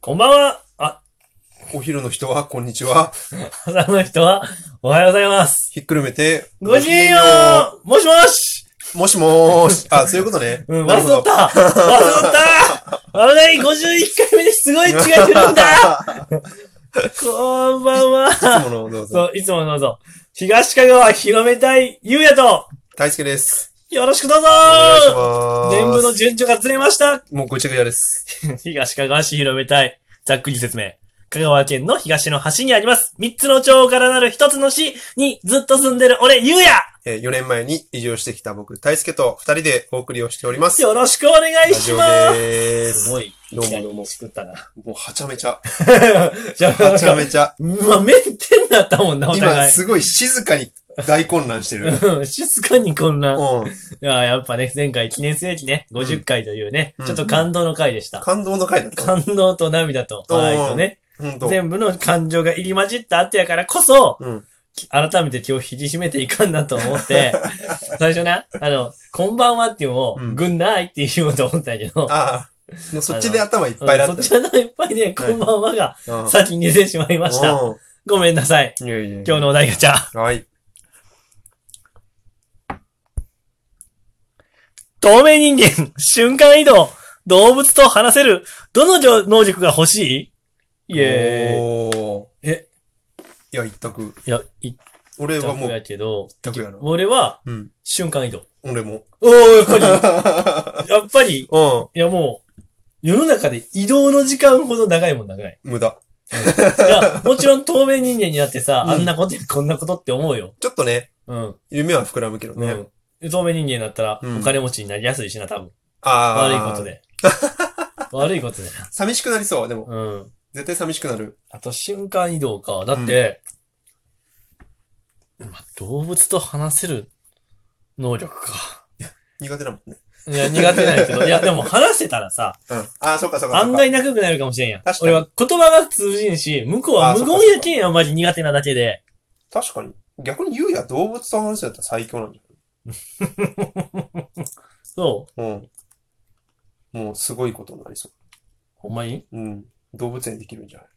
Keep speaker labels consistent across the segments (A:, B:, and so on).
A: こんばんは。あ、
B: お昼の人は、こんにちは。
A: 朝の人は、おはようございます。
B: ひっくるめて。
A: ごきげんようもしもし
B: うもしもーし。 あ、そういうことね。
A: うん、
B: な
A: 忘
B: る
A: れ
B: ほ
A: と
B: ど
A: った忘れとった危ない !51 回目ですごい違いするんだこんばん
B: い
A: は
B: つもの、どうぞ。
A: そう、いつものどうぞ。東かがわ広めたい、ゆうやと、
B: 大輔です。
A: よろしくどう
B: お願いし
A: ぞ
B: ます。
A: 全部の順序がずれました
B: もうごちゃごちゃです。
A: 東かがわ市広めたい。ざっくり説明。香川県の東の端にあります。三つの町からなる一つの市にずっと住んでる俺、ゆうや
B: えー4年前に移住してきた僕、大輔と2人でお送りをしております。
A: よろしくお願い
B: ラ
A: し
B: ジオ
A: ます。
B: でーす。
A: すごい、
B: どうも どうも
A: 作ったな。
B: もうはちゃめちゃ。
A: じゃあ、な
B: は
A: ん
B: ちゃ
A: か、
B: めちゃ。
A: うわ、メンテンだったもん な、お
B: 今
A: 互い。
B: すごい静かに大混乱し てる。
A: うん静かにこんな。
B: うん。
A: いや、やっぱね、前回記念すべきね、50回というね、
B: うん
A: ちょっと感動の回でした。
B: 感動の回だった。
A: 感動と涙と笑いとね、
B: ほんと。
A: 全部の感情が入り混じった後やからこそ、
B: うん。
A: 改めて気を引き締めていかんなと思 って、最初な、あの、こんばんはっていうのを、
B: うん
A: ぐんないって言おうと思ったんやけど、
B: ああ。もうそっちで頭いっぱいだ
A: う
B: っ
A: ん
B: た
A: そっ。ちのいっぱいで、こんばんはが、
B: うん
A: 先に出てしまいました。
B: うん
A: ごめんなさい。
B: いやいやいや
A: 今日のお題ガチャ。
B: はい。
A: 透明人間、瞬間移動、動物と話せる、どの能力が欲しいイエーイ。
B: おー
A: え
B: いや、一択。
A: いや、言っ
B: 俺
A: た
B: はも
A: ん
B: う
A: や
B: 一
A: けど、
B: 択やな。
A: 俺は
B: うん。
A: 瞬間移動。
B: 俺も。
A: おー、やっぱり、
B: う
A: やっぱり、
B: ん。
A: いやもう、世の中で移動の時間ほど長いもん長い。
B: 無駄。
A: いや、もちろん透明人間になってさ、
B: うん
A: あんなことやこんなことって思うよ。
B: ちょっとね、
A: うん。
B: 夢は膨らむけど
A: う
B: ね。
A: ん。透明人間になったら、
B: うん
A: お金持ちになりやすいしな、多分。
B: あ
A: 悪
B: あ。
A: いこと。 で。悪いことで。
B: 寂しくなりそう。でも、
A: うん。
B: 絶対寂しくなる。
A: あと瞬間移動か。だって、まあ動物と話せる能力か。
B: 苦手だもんね。
A: いや、苦手なんやけど。いや、でも話せたらさ、
B: うん。ああ、そっかそっかそ
A: 案
B: っか。
A: 外仲良くなるかもしれんやん
B: 確。かに
A: 俺は言葉が通じんし、向こうは
B: あー
A: 無言やけんあんまり苦手なだけで。
B: 確かに。逆に優や動物と話すやったら最強なんじ
A: そう。
B: ゃないうん。もうすごいことになりそ
A: ほんまに
B: う。うん。動物園できるんじゃない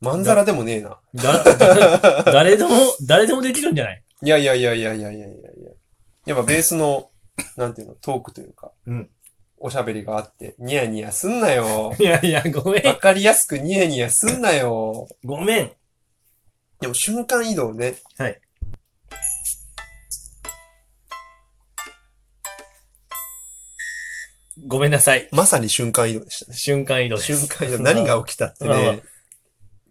B: まんざらでもねえな。
A: だ、 だ誰でも、誰でもできるんじゃない
B: いやいやいやいやいやいやいやいや。やっぱベースの、なんていうの、トークというか、
A: うん
B: おしゃべりがあって、ニヤニヤすんなよ。
A: いやいや、ごめん
B: わ。かりやすくニヤニヤすんなよ。
A: ごめん。
B: でも瞬間移動ね。
A: はい。ごめんなさい。
B: まさに瞬間移動でしたね。
A: 瞬間移動です。
B: 瞬間移動。何が起きたって
A: まあまあ
B: ね。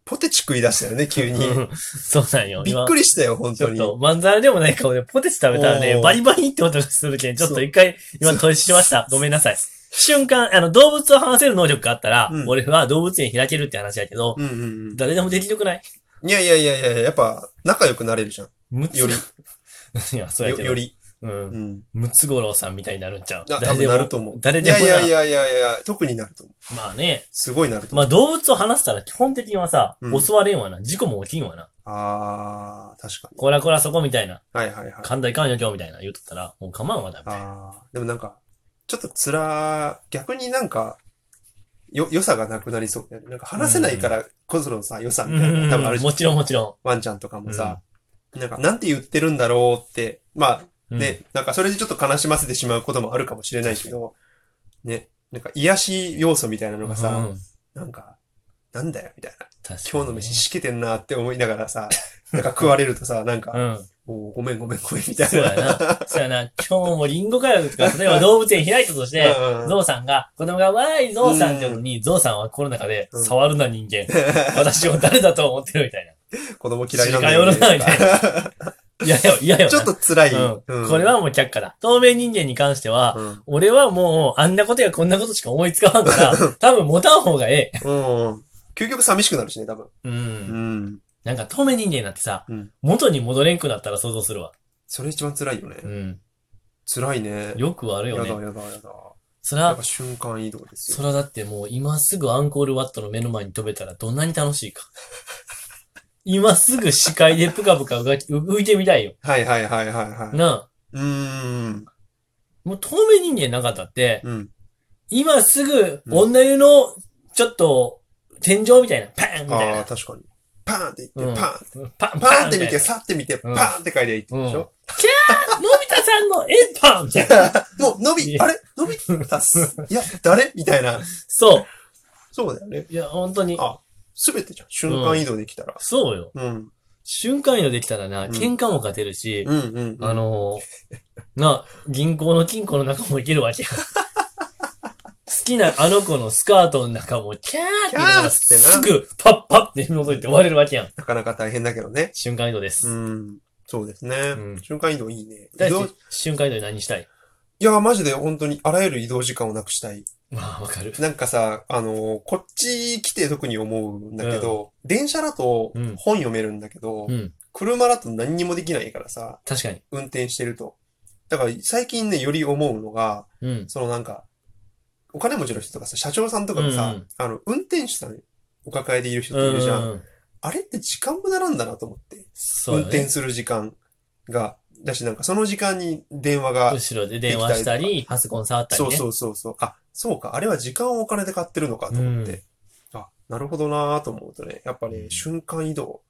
B: ポテチ食い出したよね、急に。
A: うんそうなんよ。
B: びっくりしたよ、本
A: ち
B: 当
A: ょっ
B: に。
A: と、まんざらでもない顔で、ポテチ食べたらね
B: お、ー
A: バリバリって音がするけん、ちょっと一回、今、問いしました。ごめんなさい。瞬間、あの、動物を話せる能力があったら、
B: うん
A: 俺は動物園開けるって話やけど、
B: うんうん
A: 誰でもできるくない
B: うん。いやいやいやいや、やっぱ仲良くなれるじゃん。
A: むつ
B: より、
A: いや、そうや
B: よ
A: けど。
B: より。
A: う。
B: うんん。
A: ムツゴロウさんみたいになるんちゃう
B: あ、多分なると思う。
A: 誰
B: い
A: でも
B: や
A: ない
B: やいやいやいや、特になると思う。
A: まあね、
B: すごいなると思
A: ま
B: う。
A: あ動物を話したら基本的にはさ、
B: うん
A: 襲われんわな。事故も起きんわな。
B: あー、確かに。
A: こらこらそこみたいな。
B: はいはいはい。
A: 噛んだいかんよ今日みたいな言うとったら、もう構わんわだ。
B: ああ、でもなんか、ちょっとつら、逆になんか、よ、良さがなくなりそうだよね。なんか話せないからこそのさ、良さみたいな、多分あ
A: うん
B: るじゃん
A: も。ちろんもちろ
B: ワンちゃんとかもさ、なんか、なんて言ってるんだろうって、まあ、
A: ん。うん
B: ね、なんかそれでちょっと悲しませてしまうこともあるかもしれないけど、ね、なんか癒し要素みたいなのがさ、
A: うん
B: なんか、なんだよ、みたいな。
A: 確かに
B: 今日の飯しけてんなって思いながらさ、なんか食われるとさ、なんか、
A: うん。
B: おーごめんごめんごめんみたい
A: そう
B: な。
A: やな。そうやな。今日もリンゴ会とか、例え ば動物園開いたとして、
B: うんうん
A: ゾウさんが、子供がわーいゾウさんって言うのに、ゾウさんはコロナ禍で、
B: うん
A: 触るな人 間。私を誰だと思ってるみたいな。
B: 子供嫌いなんだよ、ね。
A: 知りかよいやいや、いやよな。
B: ちょっと辛い。
A: うん。これ、はもう却下だ。透明人間に関しては、
B: うん。
A: 俺はもう、あんなことやこんなことしか思いつかんから、多分持たん方がええ。
B: うん。究極寂しくなるしね、多分。
A: う。
B: うんん。
A: なんか透明人間になってさ、
B: うん
A: 元に戻れんくなったら想像するわ。
B: それ一番辛いよね
A: う。ん。
B: 辛いね。
A: よくある
B: や
A: よ
B: だや
A: ね。
B: だやだ。
A: そ
B: や
A: ら
B: っぱ、瞬間移動ですよ。
A: そらだってもう今すぐアンコールワットの目の前に飛べたらどんなに楽しいか。 今すぐ視界でぷかぷか動き浮いてみたいよ。
B: はいはいはいはいはい。
A: なあ。
B: うーん。
A: もう透明人間なんかったって、
B: うん。
A: 今すぐ、女湯の、ちょっと、天井みたいな、パーンみたい
B: あ
A: な
B: あ、。確かに。パーンって言
A: う
B: っ
A: ん
B: て、パーンって。
A: パン、
B: パーンって見て、
A: みたい
B: さって見て、パ
A: うん
B: ーンって書いていいってでし
A: な
B: ょ、
A: のび太さんのエンパンみたいな。
B: もう、伸び、あれ伸び たす。いや、誰みたいな。
A: そ
B: そうだよね。
A: う。いや、本当に。
B: あすべてじゃん。瞬間移動できたら。
A: そうよ。
B: うん。
A: 瞬間移動できたらな、
B: うん
A: 喧嘩も勝てるし、
B: うんうん、うん。
A: あ、のー、な、銀行の金庫の中もいけるわ けや。好きなあの子のスカートの中も、キャーって言いなが
B: キャー
A: ら
B: ってな
A: すぐ、パッパッって覗いて終われるわけやん。
B: なかなか大変だけどね。
A: 瞬間移動です。
B: うん。そうですね。
A: うん
B: 瞬間移動いいね。移
A: 大
B: 動
A: 地、瞬間移動で何したい
B: いや、マジで本当にあらゆる移動時間をなくしたい。
A: まあ、わかる。
B: なんかさ、あのーこっち来て特に思うんだけど、電車だと
A: うん
B: 本読めるんだけど、
A: うん。
B: 車だと何にもできないからさ、
A: 確かに。
B: 運転してると。だから最近ね、より思うのが、
A: うん。
B: そのなんか、お金持ちの人とかさ、社長さんとかがさ、
A: うんうん
B: あの、運転手さん、お抱えでいる人っているじゃん。
A: うん。
B: あれって時間無駄なんだなと思って。
A: そう
B: 運
A: よ
B: 転
A: ね。
B: する時間が、だしなんかその時間に電話が、
A: 後ろで電話した
B: で
A: り、パソコン触ったり
B: そ
A: ね。
B: うそうそうそう。あ、そうか、あれは時間をお金で買ってるのかと思って。あ、なるほどなーと思うとね、やっぱね、瞬間移動、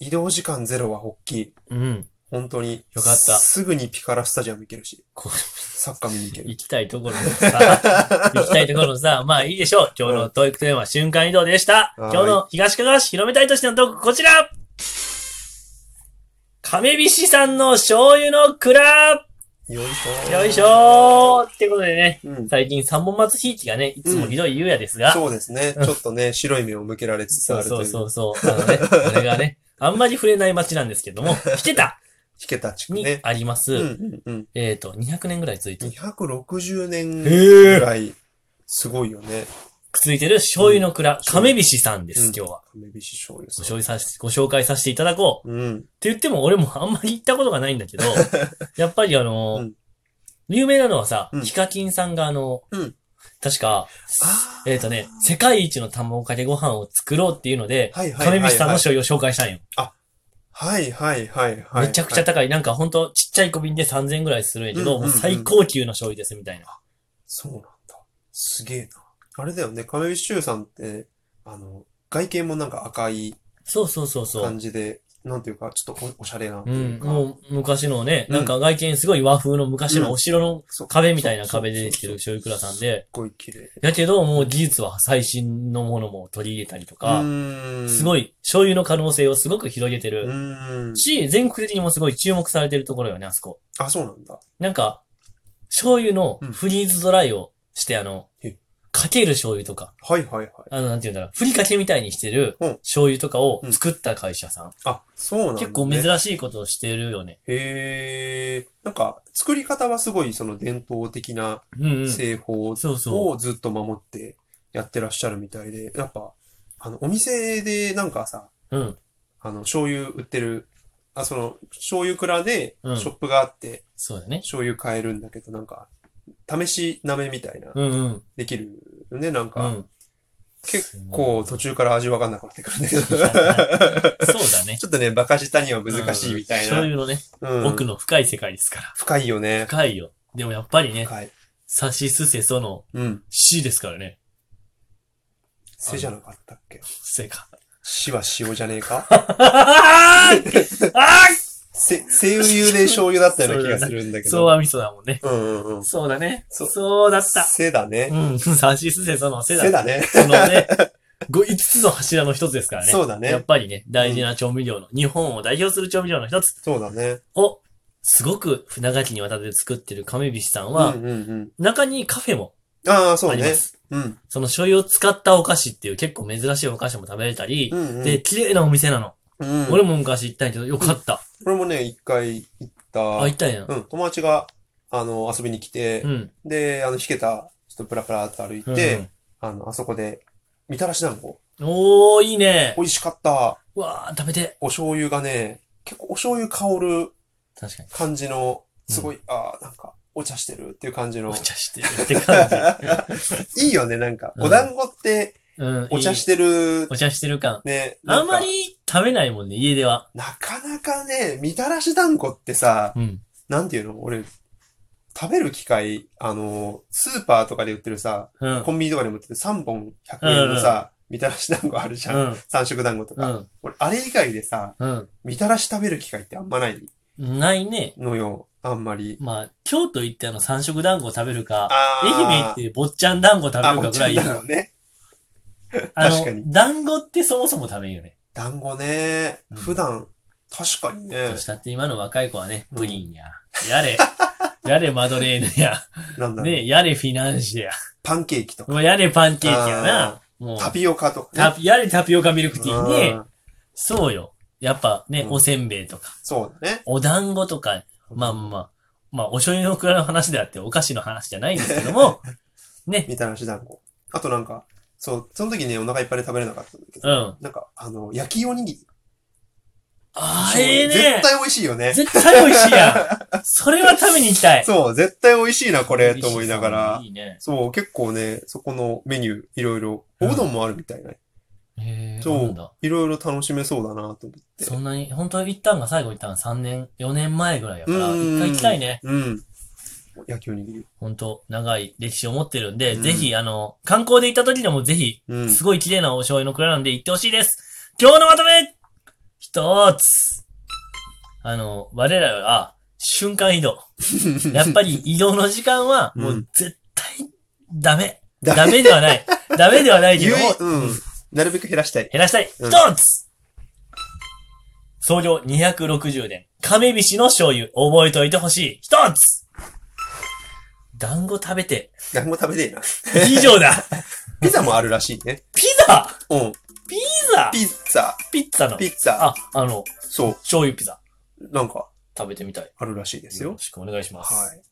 B: 移動時間ゼロは大きい。
A: うん。
B: 本当に。
A: よかった
B: すぐにピカラスタジアム行けるし、
A: こう
B: サッカー見に行ける。
A: 行きたいところの さ、行きたいところのさ、まあいいでしょう。今日のトイックテーマは瞬間移動でした。
B: は
A: 今
B: い
A: 日の東かがし広めたいとしてのトーク、こちら亀菱さんの醤油の蔵
B: よいしょー
A: よいしょーってことでね、
B: うん。
A: 最近三本松ひいきがね、いつもひどい夕夜ですが、
B: そうですね。ちょっとね、白い目を向けられつつ
A: そ
B: あ
A: う
B: る
A: そ
B: というう。
A: そうそう、あのね、あれがね、あんまり触れない街なんですけども、引けた
B: 引けた地区
A: に
B: ね。
A: あります、
B: うんうんうん。
A: えっ、ー、と、200年ぐらい続いてる、
B: 260年
A: へ
B: ぐ
A: ー
B: らい、すごいよね。
A: 続いてる醤油の蔵、亀菱さんです、
B: うん
A: 今日は。
B: 亀菱醤油
A: ご
B: さ
A: 紹介させご紹介させていただこう。
B: ん。うん。
A: って言っても俺もあんまり行ったことがないんだ けど、やっぱりあのー
B: うん
A: 有名なのはさ、
B: うん
A: ヒカキンさんがあの、
B: うん
A: 確か、
B: あー
A: えっ、とね、世界一の卵かけご飯を作ろうっていうので、
B: はいはいはいはい
A: 亀菱さんの醤油を紹介したんよ。
B: はいはいはいはい。
A: めちゃくちゃ高い。なんかほんとちっちゃい小瓶で3000円ぐらいするんやけど、
B: うんうんうん
A: もう最高級の醤油ですみたいな。
B: そうなんだ。すげえな。あれだよね、亀菱醤油さんって、あの、外見もなんか赤い
A: そうそうそうそう。
B: 感じで、なんていうか、ちょっとおおしゃれなと
A: う、
B: いうんか。
A: もう昔のね、
B: うん
A: なんか外見すごい和風の昔のお城の
B: そう
A: 壁みたいな
B: そう
A: 壁でできてる
B: そうそう、
A: 醤油蔵さんです
B: っごい綺麗。
A: だけどもう技術は最新のものも取り入れたりとか、す
B: い。
A: ごい、醤油の可能性をすごく広げて
B: う
A: る。
B: ーん。
A: し、全国的にもすごい注目されてるところよね、あそこ。
B: あ、そうなんだ。
A: なんか、醤油の
B: うん
A: フリーズドライをして、あの
B: え、
A: かける醤油とか、
B: はいはいはい。
A: あの、なんて言うんだろう、ふりかけみたいにしてる
B: うん
A: 醤油とかを作った会社さん。
B: あ、そうなんだ、ね。
A: 結構珍しいことをしてるよね。
B: へえ、なんか、作り方はすごいその伝統的な
A: うんうん。
B: 製法
A: そうそ
B: をずっと守ってやってらっしゃるみたいで、やっぱ、あの、お店でなんかさ、
A: う。うん。
B: あの、醤油売ってる、あ、その、醤油蔵で
A: う
B: シ
A: ん
B: ョップがあって、
A: そうだね。
B: 醤油買えるんだけど、なんか、試し舐めみたいな、
A: うんうん。
B: できるよね、なん
A: う
B: か、
A: ん。
B: 結構途中から味わかんなくなってくるんだけど、
A: そうだね。
B: ちょっとね、バカ舌には 難しいみた
A: う
B: い
A: ん醤
B: な。
A: 油のね、
B: うん、
A: 奥の深い世界ですから。
B: 深いよね。
A: 深いよ。でもやっぱりね、
B: 深い。
A: さしすせその
B: うん。
A: 死ですからね。
B: 背じゃなかったっけ
A: せか。
B: 死は塩じゃねえか
A: あーあ
B: せ、 声優で醤油だったような気がするんだ
A: ー
B: け
A: そう
B: ど。
A: は味噌だもんね。
B: うんうんうん。
A: そうだね。
B: そう
A: そうだった。
B: 背だね
A: う。ん。さしすせその背だ。
B: 背だね。
A: そのね、ご5つの柱の一つですからね。
B: そうだ
A: や
B: ね
A: っ。ぱりね、大事な調味料の、日本を代表する調味料の一つ
B: そうだね。
A: を、すごく船垣にわたって作ってる亀菱さん
B: うん
A: は、
B: うんうん。
A: 中にカフェも
B: ああ、そ
A: あ
B: う
A: りま
B: ね。
A: す。
B: うん。
A: その醤油を使ったお菓子っていう結構珍しいお菓子も食べれたり
B: う、んうん。
A: で、綺麗なお店なの。
B: うん、
A: 俺も昔行ったんやけど、よかった。
B: これもね、一回行った
A: あ、行。ったんや。
B: うん。友達が、あの、遊びに来て
A: う、ん。
B: で、あの、引けた、ちょっとプラプラっと歩い
A: うんう
B: て
A: ん、
B: あの、あそこで、みたらし団子。
A: おー、いいね。
B: 美味しかった。
A: わー、食べて。
B: お醤油がね、結構お醤油香る
A: 確かに。
B: 感じの、すごい、ああ、なんか、お茶してるっていう感じ
A: お
B: の。
A: 茶してるって 感じ。
B: いいよね、なんか。
A: うん
B: お団子って、
A: うん。
B: お茶しててる
A: る。お、茶してる感。
B: ね。な
A: あん
B: か
A: まり食べないもんね、家では。
B: なかなかね、みたらし団子ってさ、
A: うん。
B: なんていうの俺、食べる機会、あの、スーパーとかで売ってるさ、
A: うん。
B: コンビニとかでも売ってる3本100円のさ、みたらし団子あるじゃん。
A: うん。
B: 三色団子と
A: う
B: か。
A: ん。
B: 俺、あれ以外でさ、
A: うん。
B: みたらし食べる機会ってあんまない
A: ないね。
B: のよ。あんまり。
A: まあ、京都行ってあの三色団子を食べるか、
B: あ
A: 愛媛行って坊っちゃん団子食べる
B: あ、も
A: か
B: っ
A: ぐ
B: ち
A: ら
B: ゃん
A: い。
B: だろうね。
A: あ
B: 確かに
A: の、団子ってそもそも食べんよね。
B: 団子ね。
A: うん
B: 普段、確かにね
A: そ。したって今の若い子はね、
B: うん
A: プリンや、やれ、やれマドレーヌや、
B: なんだろう。
A: ね、やれフィナンシェや、
B: パンケーキとか。
A: もうやれパンケーキやな
B: あ。
A: もう
B: タ、ピオカとか
A: タ
B: ね。
A: ピやれタピオカミルクティー
B: う
A: ね。
B: ん
A: そうよ。やっぱね、
B: うん
A: おせんべいとか、
B: そうだね。
A: お団子とか、まあまあまあ、まあお醤油の蔵の話であってお菓子の話じゃないんですけど も、ね、
B: みたらし団子。あとなんか、そう、その時ね、お腹いっぱいで食べれなかったんだけ
A: う
B: ど、
A: ん。
B: なんか、あの、焼きおにぎり。
A: あれね
B: 絶。対美味しいよね。
A: 絶対美味しいやん。それは食べに行きたい。
B: そう、絶対美味しいな、これ、と思いながら。
A: いいね。
B: そう、結構ね、そこのメニュー、いろいろ、お
A: うん
B: うどんもあるみたいな。
A: へー
B: そう
A: なんだ。
B: いろいろ楽しめそうだな、と思って。
A: そんなに、本当に行ったんが最後行ったんが3年、4年前ぐらいやから、
B: うん
A: 一回行きたいね。
B: うん。焼きおにぎり。
A: 本当長い歴史を持ってるんで、
B: うん
A: ぜひ、あの、観光で行った時でもぜひ、
B: うん。
A: すごい綺麗なお醤油の蔵なんで行ってほしいです。今日のまとめ一つあの、我らは、瞬間移 動。やっぱり移動の時間は、もう絶対ダメ。
B: ダメ
A: ダメでは ない。ダメではないけ
B: ゆい
A: ども、
B: うん。なるべく減らしたい。
A: 減らしたい。一
B: うん
A: つ、創業260年。亀菱の醤油。覚えておいてほしい。一つ団子食べて。
B: 団子食べてえ な。
A: 以上 だ。
B: ピザもあるらしいね。
A: ピザ
B: うん。
A: ピザ
B: ピッツァ、
A: ピッツァの
B: ピ。ッツァ。
A: あ、あの、
B: そ
A: 醤油ピザ。
B: う。なんか、
A: 食べてみたい。
B: あるらしいですよ
A: ろ。しくお願いします。
B: はい。